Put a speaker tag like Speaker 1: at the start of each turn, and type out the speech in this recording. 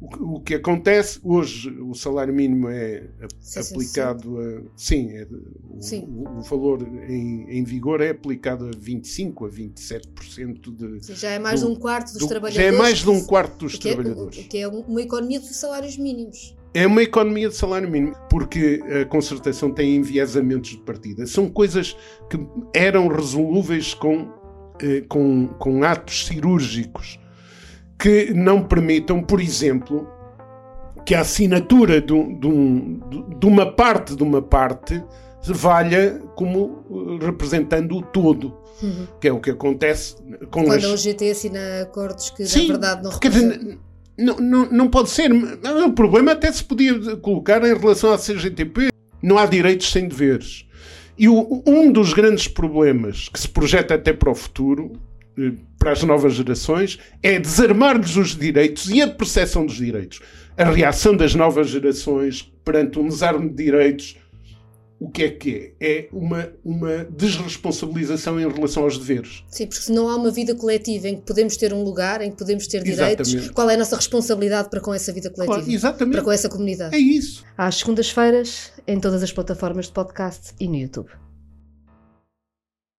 Speaker 1: O, o que acontece hoje, o salário mínimo é a,
Speaker 2: Sim,
Speaker 1: aplicado a. Sim, é, o,
Speaker 2: Sim.
Speaker 1: o- o valor em, em vigor é aplicado a 25% a 27% de.
Speaker 2: Sim, já é mais
Speaker 1: do-
Speaker 2: de um quarto dos
Speaker 1: do-
Speaker 2: trabalhadores.
Speaker 1: já é mais de um quarto dos
Speaker 2: o que é-
Speaker 1: trabalhadores.
Speaker 2: O que é uma economia de salários mínimos.
Speaker 1: É uma economia de salário mínimo, porque eh, a concertação tem enviesamentos de partida. São coisas que eram resolúveis com, eh, com, com atos cirúrgicos que não permitam, por exemplo, que a assinatura de, um- de um- de uma parte de uma parte valha como eh, representando o todo, que é o que acontece com
Speaker 2: Quando
Speaker 1: as...
Speaker 2: a UGT assina acordos que
Speaker 1: é. Sim,
Speaker 2: na é verdade não
Speaker 1: Quer dizer,
Speaker 2: representam.
Speaker 1: n- não, não, não pode ser. Mas O problema até se podia colocar em relação à CGTP. Não há direitos sem deveres. E o- um dos grandes problemas que se projeta até para o futuro, eh, para as novas gerações, é desarmar-lhes os direitos e a percepção dos direitos. A reação das novas gerações perante um desarme de direitos, o que é que é? É uma, uma desresponsabilização em relação aos deveres.
Speaker 2: Sim, porque se não há uma vida coletiva em que podemos ter um lugar, em que podemos ter direitos,
Speaker 1: Exatamente.
Speaker 2: qual é a nossa responsabilidade para com essa vida coletiva?
Speaker 1: Claro, exatamente.
Speaker 2: Para com essa comunidade?
Speaker 1: É isso.
Speaker 3: Às segundas-feiras, em todas as plataformas de podcast e no YouTube.